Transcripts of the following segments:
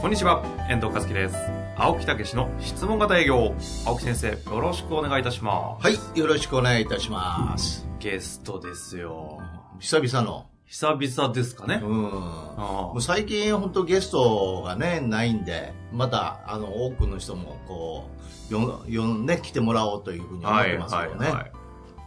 こんにちは、遠藤和樹です。青木武の質問型営業。青木先生、よろしくお願いいたします。はい、よろしくお願いいたします。ゲストですよ。久々の。久々ですかねう。ん。もあう最近本当ゲストがね、ないんで、また、あの、多くの人も、こう、よん、よんね、来てもらおうというふうにあ思っはい、てますはけい、どね。はい。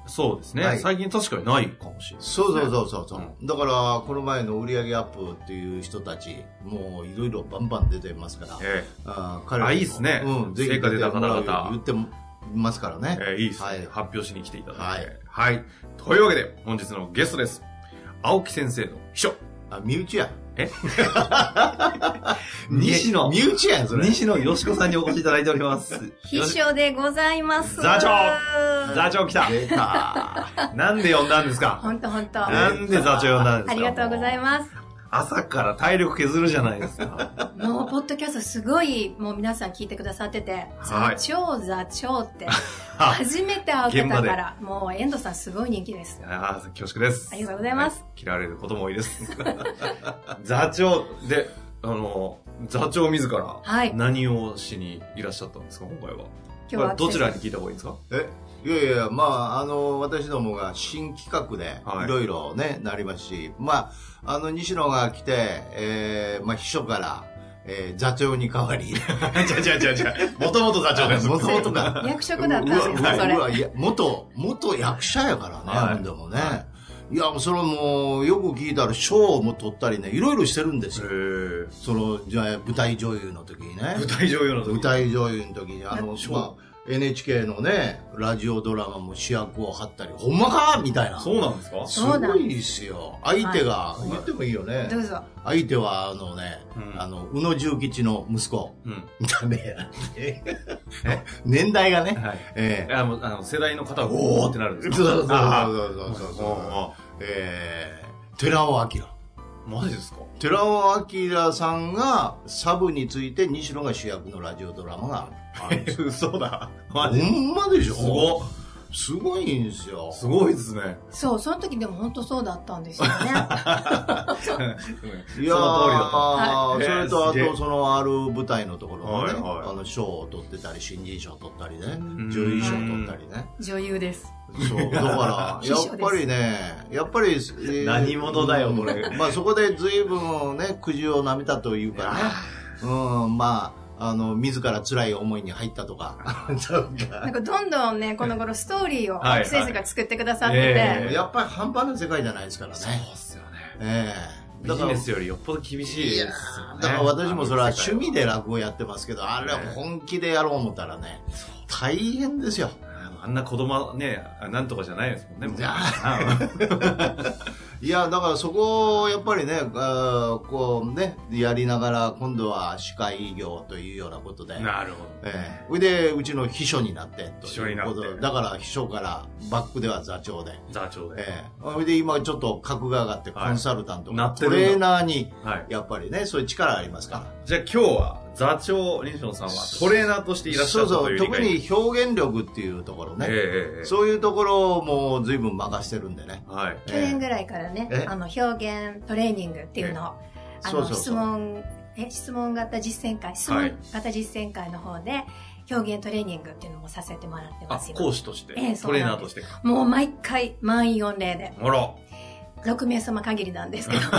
そうですね、はい最近確かにないかもしれない。そうそうそうそうそう、だから、この前の売り上げアップっていう人たち、もういろいろバンバン出てますから、えあー彼らもあいいっすねうん、ぜひ成果出た方々出てもらうよう言ってますからねえ。ええいい ですね、はい発表しに来ていただいて。はい。というわけで、本日のゲストです。青木先生の秘書、あ、身内や。え西野身内やん、それ。西野よしこさんにお越しいただいております。秘書でございます。座長座長来た出た。なんで呼んだんです かほんとほんと。あなんで座長呼んだんですかりがとうございす。ます。朝から体力削るじゃないですか。もう、ポッドキャストすごい、もう皆さん聞いてくださってて、はい座長、座長 って、初めて会う方から、もう遠藤さんすごい人気です。ああ、恐縮です。ありがとうございますは。切られることも多いです。座長で、あの、座長自ら、はい何をしにいらっしゃったんですか、今回は。今日はこれどちらに聞いた方がいいんですかえいやいや、まあ、あの、私どもが新企画ではい、いろいろね、なりますし、まあ、あの、西野が来て、えー、まあ、秘書から、えー、座長に代 わり、じゃじゃじゃじゃもともと座長です。 元々が。役職だったんですうよ、わそうれ。わいや元、元役者やからね、はいほんでもね。いや、それはもう、よく聞いたら、賞も取ったりね、いろいろしてるんですへよ。ーその、じゃあ、舞台女優の時にね。舞台上用の時舞台女優の時にあの、そうまあ、NHK のねラジオドラマも主役を張ったりほんまかみたいなそうなんですかすそうなごんいですよ相手が、言ってもいいよねどうぞ。相手はあのね、うんあの宇野重吉の息子うん。ダメやね年代がねはい。えあもうあの世代の方はおおーってなるんですそうかそうそうそうあーそうそうそうあえー寺尾明ーマジですか寺尾明さんがサブについて西野が主役のラジオドラマがあるんですよ嘘だ。ほマジんまでしょすごすごいんですよ。すごいですね。そう、その時でも本当そうだったんですよね。 いその通りだった。いやーはいそれと、えーすげえあと、その、ある舞台のところのね、はいはいあの、賞を取ってたり、新人賞を取ったりねう、ん女優賞を取ったりね。女優です。 そう、だから、 秘や書ですっぱりね、やっぱり、えー何者だよこれまあ、そこで随分ね、苦渋をなめたというかね、うん、まあ、あの、自ら辛い思いに入った とか、なんかなんかどんどんね、この頃ストーリーを、はいはい先生が作ってくださってて、えやっぱり半端な世界じゃないですからそうね。っすよね。ええビジネスよりよっぽど厳しいですよね。だから私もそれは趣味でな。落語やってますけど、あれは本気でやろう思ったらね、大変ですよ。あんな子供ね、なんとかじゃないですもんね。もうじゃはいや、だからそこをやっぱりね、あーこうね、やりながら今度は司会業というようなことで い、なるほど。ええそれでうちの秘書になってと秘書にいなうっこてとで、だから秘書からバックでは座長で、座長で。ええそれで今ちょっと格が上がってコンサルタント、はいなってトるんだレーナーに、はい。やっぱりね、そういう力ありますから。じゃあ今日は座長、西野さんはトレーナーとしていらっしゃるそうそ、というう理解特に表現力っていうところね。えええええそういうところをもう随分任してるんでね。えはい。去年ぐらいからねえ、あの、表現トレーニングっていうのを、あそうそうの、そう質問、え、質問型実践会、質問型実践会の方で、表現トレーニングっていうのもさせてもらってあます、よ。講師として、ええそトうレーなナんーでとすして。もう毎回満員御礼で、あら。 6名様限りなんですけど、少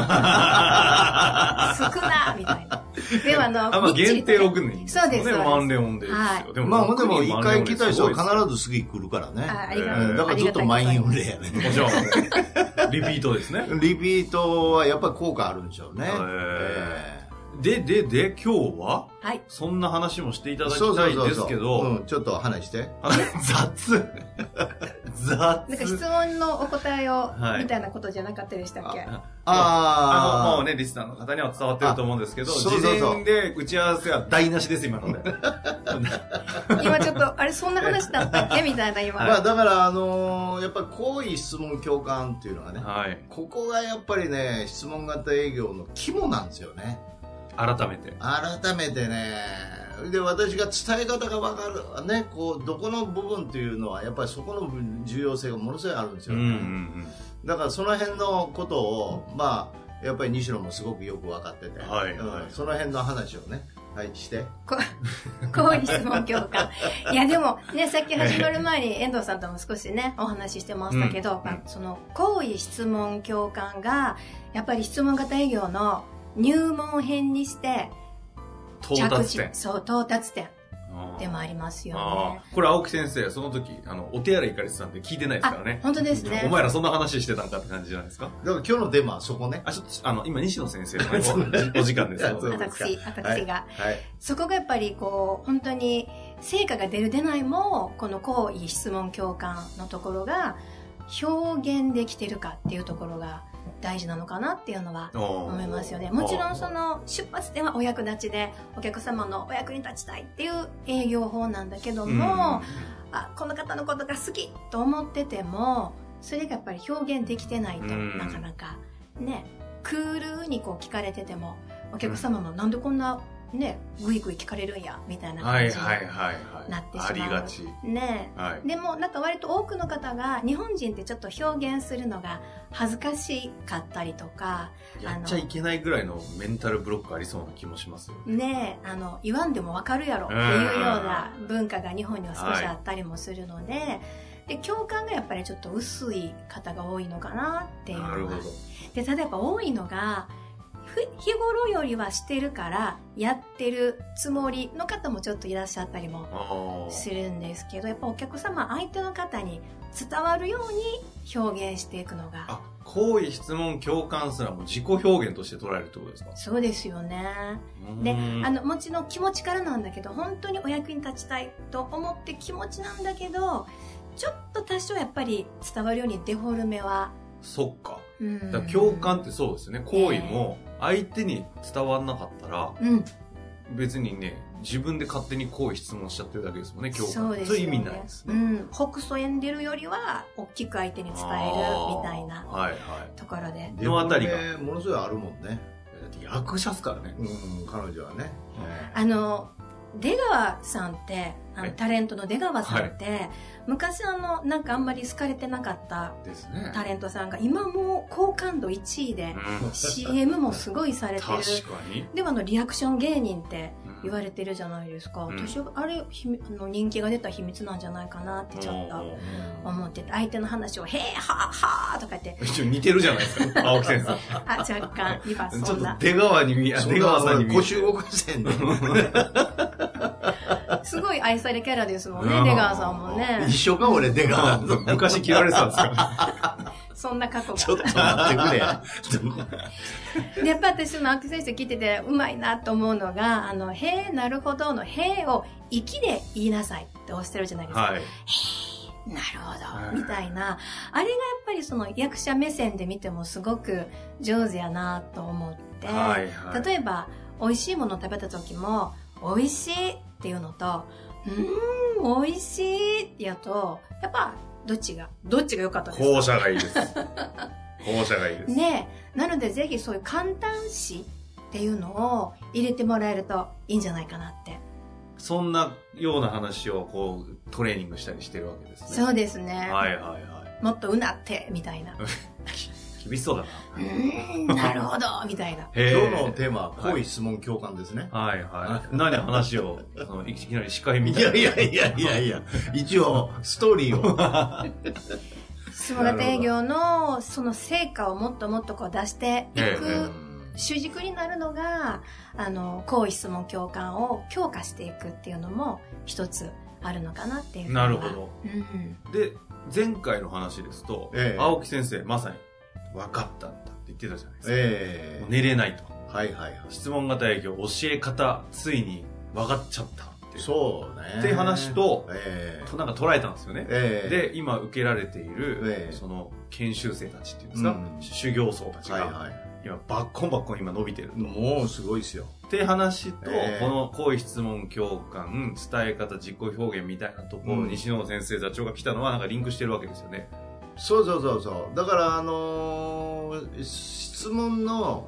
なみたいな。では、ああの、まあ、みっち限り定と6人そうですね、そうです満レオンですよ。はいでまあ、ほんでも六人一満回レオン来ですた人ごいですは必ず次来るからね。あありがえとうえんう。だからずっと満員御礼やね。もちろん。 リピートですね。リピートはやっぱり効果あるんでしょうね。ええで、で、で、今日は、はい。そんな話もしていたえ だきたいですけうど、 ん、ちょっと話して。あ雑 雑なんか質問のお答えをはいみたいなことじゃなかったでしたっけ、あの、もあうね、リスナーの方には伝わってると思うんですけど、あそうそうそう事前で打ち合わせは台無しです、今ので。今ちょっとあれそんな話だったっけみたいな今、あまあだからあのーやっぱり好意質問共感っていうのがね、はい。ここがやっぱりね質問型営業の肝なんですよね改めて。改めてねで私が伝え方が分かるねこうどこの部分っていうのはやっぱりそこの重要性がものすごいあるんでうすよんうんね、うん。だからその辺のことを、まあ、やっぱり西野もすごくよく分かってて、はいうんその辺の話をね、はい、して。ここう質問強化いやでもねさっき始まる前に遠藤さんとも少しねお話ししてましたけど、うんまあその行為質問共感がやっぱり質問型営業の入門編にして到達点。そう到達点あーでもありますよあねーこれ青木先生、その時、あの、お手洗い行かれてたんで聞いてないですからね。本当ですねお前らそんな話してたんかって感じじゃないですか。だから今日のデマはそこね。あ、ちょっと、あの、今、西野先生 のね、おお時間ですよ。そうですか私私が、はい。そこがやっぱりこう本当に成果が出る出ないもこの行為質問共感のところが表現できてるかっていうところが大事なのかなっていうのは思いますよねもちろんその出発点はお役立ちでお客様のお役に立ちたいっていう営業法なんだけども、あこの方のことが好きと思っててもそれがやっぱり表現できてないうと、んなかなかねクールにこう聞かれててもお客様もなんでこんなねグイグイ聞かれるんやみたいなは感いじに、はいはいはい。なってしまうありがち。ねはい。でもなんか割と多くの方が日本人ってちょっと表現するのが恥ずかしかったりとかやっちゃいけないぐらいのメンタルブロックありそうな気もしますよ。ねあの言わんでもわかるやろっていうような文化が日本には少しあったりもするので,、で共感がやっぱりちょっと薄い方が多いのかなっていうのなるほがど。でただやっぱ多いのがふ日頃よりはしてるからやってるつもりの方もちょっといらっしゃったりもあするんですけどやっぱお客様相手の方に伝わるように表現していくのあ。があ、好意、質問、共感すらも自己表現として捉えるってことですかそうですよね。でうーんあのもちろん気持ちからなんだけど本当にお役に立ちたいと思って気持ちなんだけどちょっと多少やっぱり伝わるようにデフォルメは、そっか。うんだから共感ってそうですよね。好意も相手に伝わんなかったら、うん別にね、自分で勝手に好意質問しちゃってるだけですもんね、共そう感。ですそういうよ意ね味ないですうね。ん北総演出るよりは大きく相手に伝えるみたいあーなはいはい。ところでのあたりがでもねものすごいあるもんね。だって役者っすからね。うん、彼女はね。あの出川さんってあはのいタレントの出川さんって、昔あのなんかあんまり好かれてなかったですね。タレントさんが今もう好感度1位うでん CM もすごいされてる確かに。でもあのリアクション芸人って言われれてるじゃないですか、うん私はあれひみあの人気が出た秘密なんじゃないかなってちょっと思ってて相手の話を「へーはーはー」とか 言って一応似てるじゃないです か、青木先生。あ若干今ちそょっんとな出川に見え、出川さんに見えごて中国線で。 すごい愛されキャラですもんうんね出川さんもね一緒か、俺、出川と。 昔嫌われてたんです かそんな過去ちょっがと待って くれ。でやっぱ私の青木先生聞いててうまいなと思うのが「あのへーなるほど」の「へー」を「息で言いなさい」って押してるじゃないですか、はい。なるほはど、いみたいな。あれがやっぱりその役者目線で見てもすごく上手やなと思って、はいはい。例えば、美味しいものを食べた時も、美味しいっていうのと、うーん、美味しいってやと、やっぱ、どっちが、どっちが良かったですか校舎がいい です。校舎がいいです。ねえなのでぜひそういう簡単詞っていうのを入れてもらえるといいんじゃないかなって。そんなような話をこう、トレーニングしたりしてるわけですね。そうですね。はいはいはい。もっとうなって、みた いな。厳しそうだな。うーん、なるほど、みたいな。へ今ー日のテーマは、好意質問共感ですね。はいはい。何話を、そのいきなり司会みいたいやな。いやいやいやいや、一応、ストーリーを。質問型営業のその成果をもっともっとこう出していええく主軸になるのが、あの、好意質問共感を強化していくっていうのも一つあるのかなっていうふうにはなるほ。ど。うん。で、前回の話ですと、ええ青木先生、まさに、分かったんだって言ってたじゃないですか。 えもうえ寝れないと。はいはいはい。質問型営業、教え方、ついに分かっちゃった。っていう。そうね。っていう話とえとなんか捉えたんですよね。えええで、今受けられている、ええその研修生たちっていうんですか、うん修行僧たちが、はいはい。今バッコンバッコン今伸びてると。もうすごいですよ。って話と、ええこの行為質問共感、伝え方、自己表現みたいなところ、うん西野先生座長が来たのはなんかリンクしてるわけですよね。そうそうそうそう。だから、あのー質問の、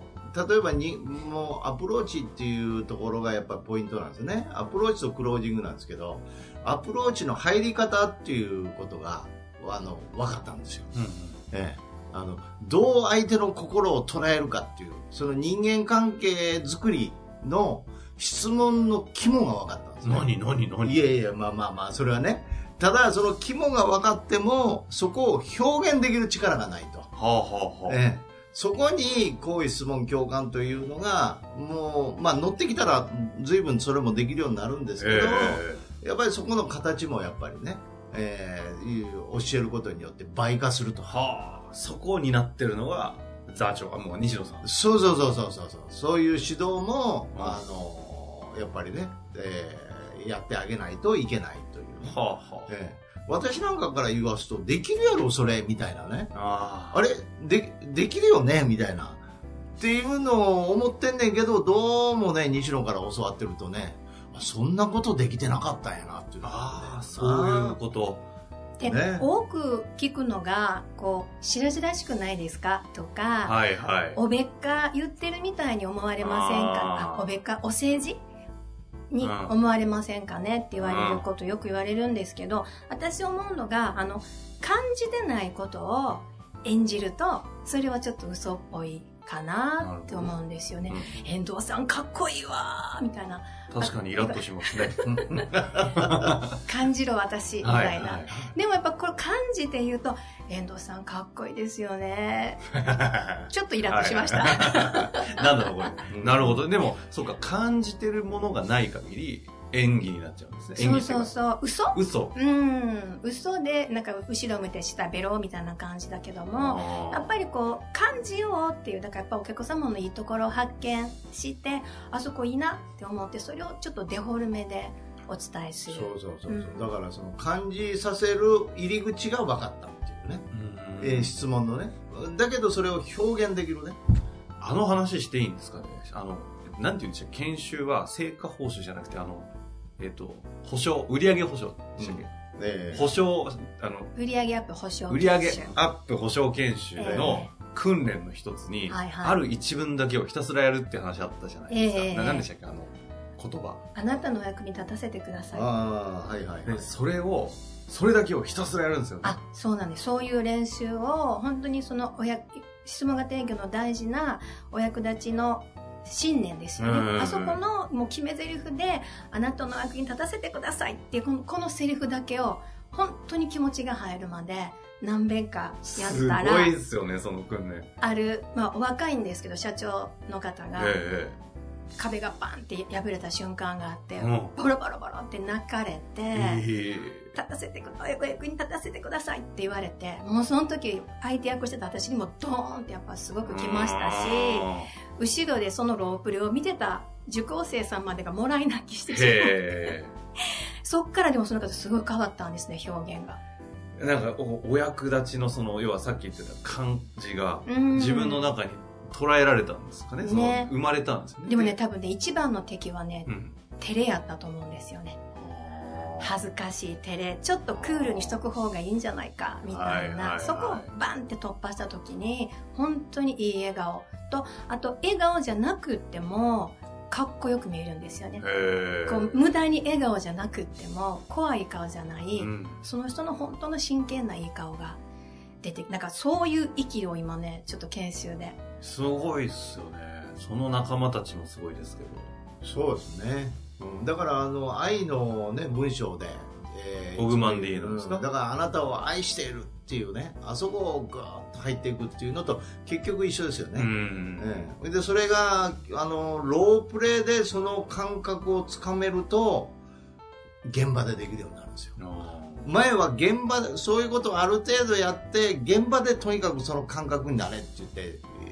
例えばに、もうアプローチっていうところがやっぱポイントなんですよね。アプローチとクロージングなんですけど、アプローチの入り方っていうことが、あの、分かったんですよ。ええ、あのどう相手の心を捉えるかっていうその人間関係づくりの質問の肝が分かったんですね何何何いやいやまあまあまあそれはねただその肝が分かってもそこを表現できる力がないと、はあはあはあ。ええ、そこに行為質問共感というのがもう、まあ、乗ってきたら随分それもできるようになるんですけど、えやっぱりそこの形もやっぱりね、ええいう教えることによって倍化するとえはあ、そこになってるのが座長、あもう西野さん。そうそうそうそうそうそうそういう指導も、うんあのやっぱりね、えーやってあげないといけないというね、はあはあ。えー私なんかから言わすとできるやろそれみたいなねああれでできるよねみたいなっていうのを思ってんねんけどどうもね西野から教わってるとねあそんなことできてなかったんやなっていうのがあねあ、そういうこと。で、ね多く聞くのがこう白々しくないですかとか、はいはい。おべっか言ってるみたいに思われませんかあーあおべっかお世辞にうん思われませんかねって言われうんることよく言われるんですけど私思うのがあの感じてないことを演じるとそれはちょっと嘘っぽいかなって思うんですよねうん遠藤さんかっこいいわーみたいな確かにイラッとしますね。感じろ私みたはいいな、はい。でもやっぱこれ感じて言うと遠藤さんかっこいいですよねちょっとイラッとしました、なんだろうこれ。なるほど。でも、そうか、感じてるものがない限り、演技になっちゃうんですね。演そう技してそうそう嘘嘘。うん嘘でなんか後ろ向いて下ベロみたいな感じだけどもやっぱりこう感じようっていうだからやっぱお客様のいいところを発見してあそこいいなって思ってそれをちょっとデフォルメでお伝えするそうそうそうそう、うんだからその感じさせる入り口が分かったっていうねうんえー質問のねだけどそれを表現できるねあの話していいんですかねあの、なんて言うんでしたっけ研修は成果報酬じゃなくて、あの、えっ、と、保証、売上保証でしたっけ、え保証、あの、売上アップ保証売上アップ保証研修のえ訓練の一つに、はいはいある一文だけをひたすらやるって話あったじゃないですか。ええななんでしたっけあの、言葉。あなたのお役に立たせてくださいあああはいはいはいで、それを、それだけをひたすらやるんですよね。そうなんですそういう練習を本当にそのおや質問が提供の大事なお役立ちの信念ですようんね。あそこのもう決め台詞で、あなたの役に立たせてくださいっていうこのこのセリフだけを本当に気持ちが入るまで何遍かやっすたごいら、ですよね、その訓練。ある、まあお若いんですけど社長の方がえ壁がバンって破れた瞬間があってえ、もボロボロボロって泣かれうて、ん。ええ立たせてくだお役に立たせてくださいって言われてもうその時相手役してた私にもドーンってやっぱすごく来ましたし後ろでそのロープレを見てた受講生さんまでがもらい泣きしてしまってへそっからでもその方すごい変わったんですね表現がえ。なんかお、お役立ちのその、要はさっき言ってた感じが、うん自分の中に捉えられたんですかね。そのね生まれたんですよね。でもね、多分ね一番の敵はねうん。照れやったと思うんですよね恥ずかしい照れちょっとクールにしとく方がいいんじゃないかみたいな、はいはいはいそこをバンって突破した時に本当にいい笑顔とあと笑顔じゃなくってもかっこよく見えるんですよね、へえ。こう無駄に笑顔じゃなくっても怖い顔じゃない、うんその人の本当の真剣ないい顔が出てなんかそういう息を今ねちょっと研修ですごいっすよね。その仲間たちもすごいですけど。そうですね、うん、だからあの愛のね文章で、えオグマンディーノですかうんだからあなたを愛しているっていうねあそこをグーッと入っていくっていうのと結局一緒ですよね、うんええでそれがあのロープレーでその感覚をつかめると現場でできるようになるんですよあ前は現場でそういうことをある程度やって現場でとにかくその感覚になれって言っ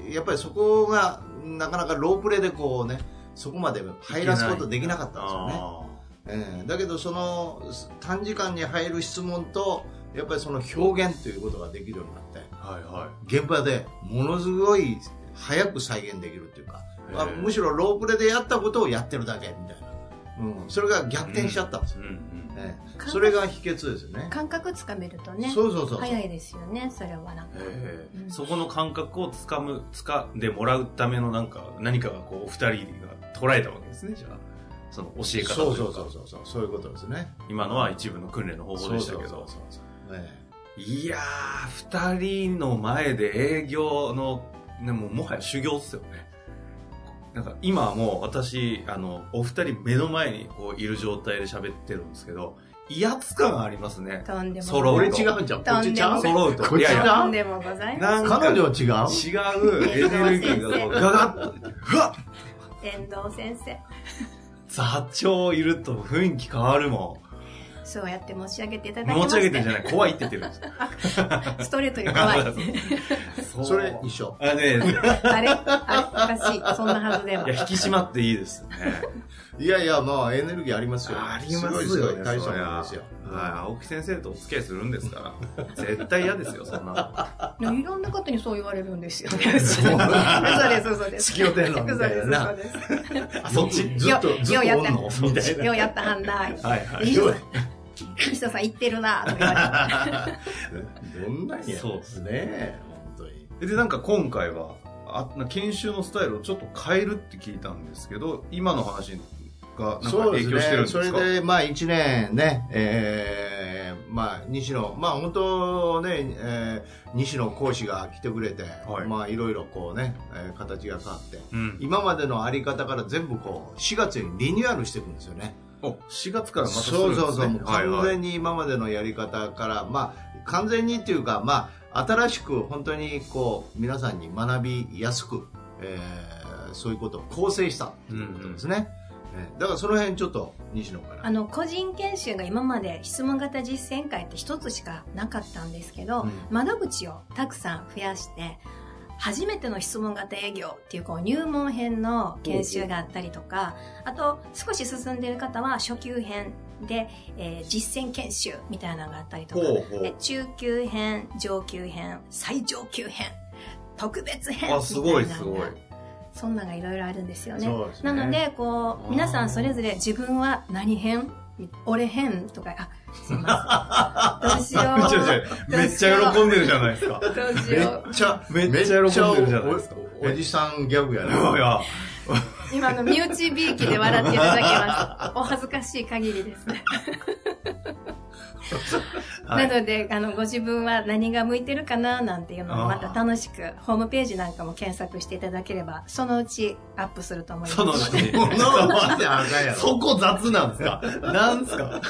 てやっぱりそこがなかなかロープレでこうねそこまで入らすことできなかったんですよねあえーだけどその短時間に入る質問とやっぱりその表現ということができるようになってはいは現場でものすごい早く再現できるっていうか、い。あむしろロープレでやったことをやってるだけみたいな、うん、それが逆転しちゃったんですよ、うんうん。えー感覚それが秘訣ですよね感覚つかめるとねそうそうそう早いですよねそれはなんか、ええうんそこの感覚をつかむ、つかんでもらうためのなんか、何かがこう、お二人が捉えたわけですね、じゃあ。その教え方というか。そうそうそうそうそうそういうことですね今のは一部の訓練の方法でしたけど。そうそうそうえいやー、二人の前で営業の、ね、もうもはや修行っすよね。なんか今はもう私、あの、お二人目の前にこういる状態で喋ってるんですけど、威圧感ありますね。とんでもそろえう俺と違うじゃんこっちちゃとうんで揃うと。こいっちやいだや、とんでもございまなんか彼女は違う違うエネルギーがこうガガッと、ふわっせん遠藤先生座長いると雰囲気変わるもそうやって持ち上げていたん。だきま持しちて上げてんじゃない、怖いって言ってるんですストレートに怖いそうそうそれ一緒あ、ねあれあれおかしいそんなはずではいや、引き締まっていいですね。いやいやまあエネルギーありますよありますよねごいすごい大しそたりゃもんですよはい、青木先生とお付き合いするんですから。絶対嫌ですよ、そんなの。でもいろんな方にそう言われるんですよね。そうです、そうです。隙を出るのみたいななそうです、そうであ、そっちずっとよずっとおんのよみたいす。なようやったはん だ。はいはひひどいひささん言ってるな、とか言われてどんなにやるそうんですね本当にい。で、なんか今回は、あ研修のスタイルをちょっと変えるって聞いたんですけど、今の話がなんかそう影です響してるんね。ですそかれで、まあ、1年ね、えーまあ、西野、まあ、本当ね、えー西野講師が来てくれて、はいまあ、いろいろこうね、えー形が変わって、うん。今までのあり方から全部こう、4月にリニューアルしていくんですよね。お、4月からまたするんそでうすね。そうそう、もうはい完はい全に今までのやり方から、まあ、完全にっていうか、まあ、新しく本当にこう、皆さんに学びやすく、えーそういうことを構成したということですね。えーだからその辺ちょっと西野からあ。の、個人研修が今まで質問型実践会って一つしかなかったんですけど、うん窓口をたくさん増やして、初めての質問型営業っていうこう入門編の研修があったりとか、あと少し進んでいる方は初級編で、えー実践研修みたいなのがあったりとか、ほうほうで中級編、上級編、最上級編、特別編みたいなのあ、がすごいすごい。そんなんがいろいろあるんですよね。そうですねなので、こあーう、皆さんそれぞれ自分は何編俺編とか、あ、すいません。どうしよめっ ちゃう。めっちゃ喜んでるじゃないですか。どうしめっよう。ちゃ、めっちゃ喜んでるじゃないですかおおじさんギャグやいね。やいや、今の身内びいきで笑っていただきます。お恥ずかしい限りです。はいなので、あの、ご自分は何が向いてるかななんていうのをまた楽しく、ホームページなんかも検索していただければ、そのうちアップすると思います。そのうちこのまであかんやろ。そこ雑なんですかなんすか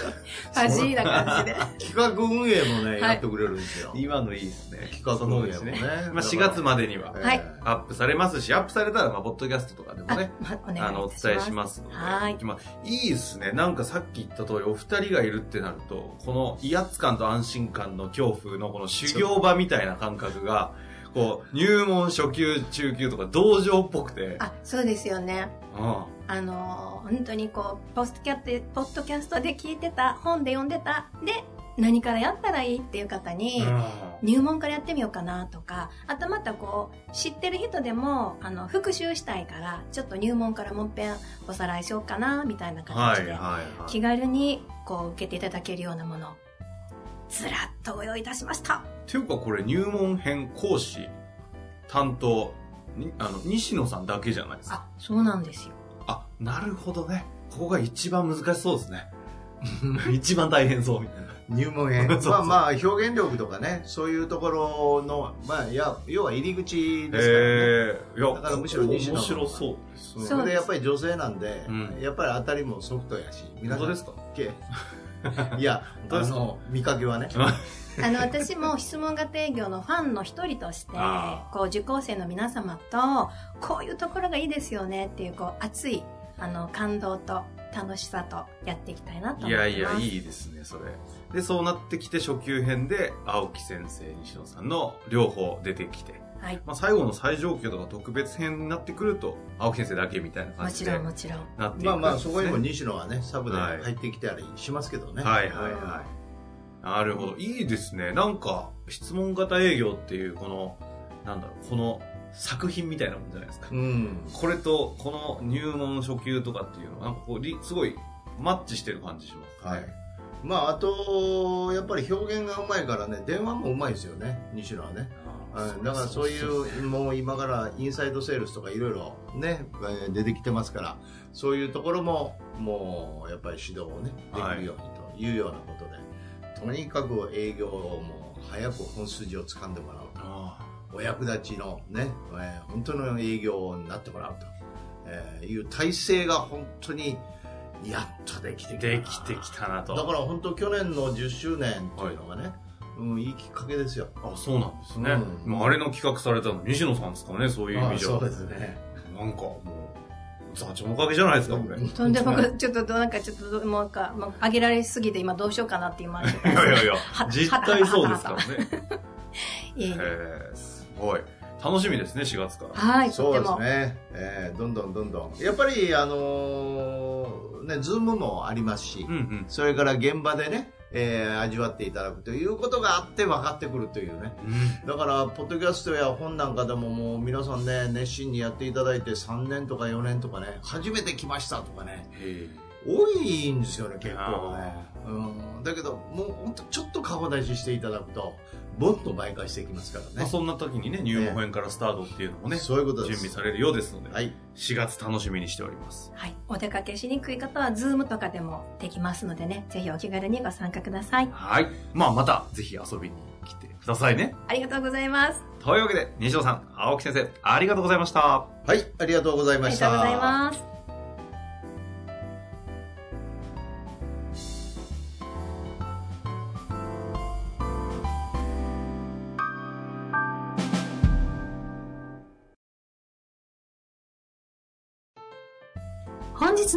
恥じいな感じで。企画運営もね、いやってくれるんですよ。今のいいですね。企画運営そうもでねす。まあ4月までにはえーはいアップされますし、アップされたら、まあ、ポッドキャストとかでもあ、ね、まお願いいたします。あの、お伝えしますので。はい。まあ、いいですね。なんかさっき言った通り、お二人がいるってなると、この威圧感と安心感の恐怖のこの修行場みたいな感覚が、こう、入門、初級、中級とか同情っぽくて、あ、そうですよね。うんあのー本当にこうポストキャットポッドキャストで聞いてた本で読んでたで何からやったらいいっていう方に、入門からやってみようかなとかあとまたこう知ってる人でもあの復習したいからちょっと入門からもっぺんおさらいしようかなみたいなは形いはいで、は気い。軽にこう受けていただけるようなものをずらっとご用意いたしましたていうかこれ入門編講師担当、にあの、西野さんだけじゃないですか。あそうなんですよあ、なるほどね。ここが一番難しそうですね。 一番大変そうみたいな。入門編 そうそうまあまあ表現力とかねそういうところのまあいや要は入り口ですからね、ええいや、だからむしろ西面野の方白がそうです。うんそそうれでやっぱり女性なんで、うんやっぱり当たりもソフトやし皆本さ当んですかけ いや当あですかの見かけはねあの私も質問型営業のファンの一人 としてあこう受講生の皆様とこういうところがいいですよねっていうこう熱いあの感動と楽しさとやっていきたいなと思いってまやすいや、いいですね、それ。で、そうなってきて、初級編で、青木先生、西野さんの両方出てきて、はいまあ、最後の最上級とか特別編になってくると青木先生だけみたいな感もじちでろんもちろんなっていくんですねまあまあそこにも西野はねサブではい入ってきたりしますけどねはいはいはなるほどいいですねなんか質問型営業っていうこのなんだろうこの作品みたいなもんじゃないですかうんこれとこの入門初級とかっていうのはなんかこうりすごいマッチしてる感じしますねはいまああとやっぱり表現がうまいからね電話もうまいですよね西野はねはいだからそういうもう今からインサイドセールスとかいろいろねえー出てきてますからそういうところももうやっぱり指導をねできるようにというようなことで、とにかく営業をもう早く本筋を掴んでもらうあお役立ちのね、えー本当の営業になってもらうと、えーいう体制が本当にやっとできてーきたでなきてきたなとだから本当去年の10周年というのがね、うん、いいきっかけですよあそうなんですね、うんまああれの企画されたの西野さんですからねそういう意味じゃあそうですねなんかもう座長のおかげじゃないですかこれ、いとんでもはなくちょっとなんかちょっともうなんかもう上げられすぎて今どうしようかなって今いやい やいやは実態そうですからねえいええー、すごい楽しみですね4月からはいとそうてですもね、えーどんどんどんどんやっぱりあのーねズームもありますし、うんうんそれから現場でね、えー味わっていただくということがあって分かってくるというねだから、ポッドキャストや本なんかでももう皆さんね、熱心にやっていただいて3年とか4年とかね、初めて来ましたとかね、へ多いんですよね、結構ねあ。うん、だけど、もう本当ちょっと顔出ししていただくと、ボンと媒介していきますからまあ、ね。そんな時にね入門編からスタートっていうのもねそういうこと準です。備されるようですので、はい。 4月楽しみにしておりますはい、お出かけしにくい方は Zoom とかでもできますのでねぜひお気軽にご参加くださいはいまあまたぜひ遊びに来てくださいねありがとうございますというわけで西野さん青木先生ありがとうございましたはい、ありがとうございあまりしがた。とうございます本日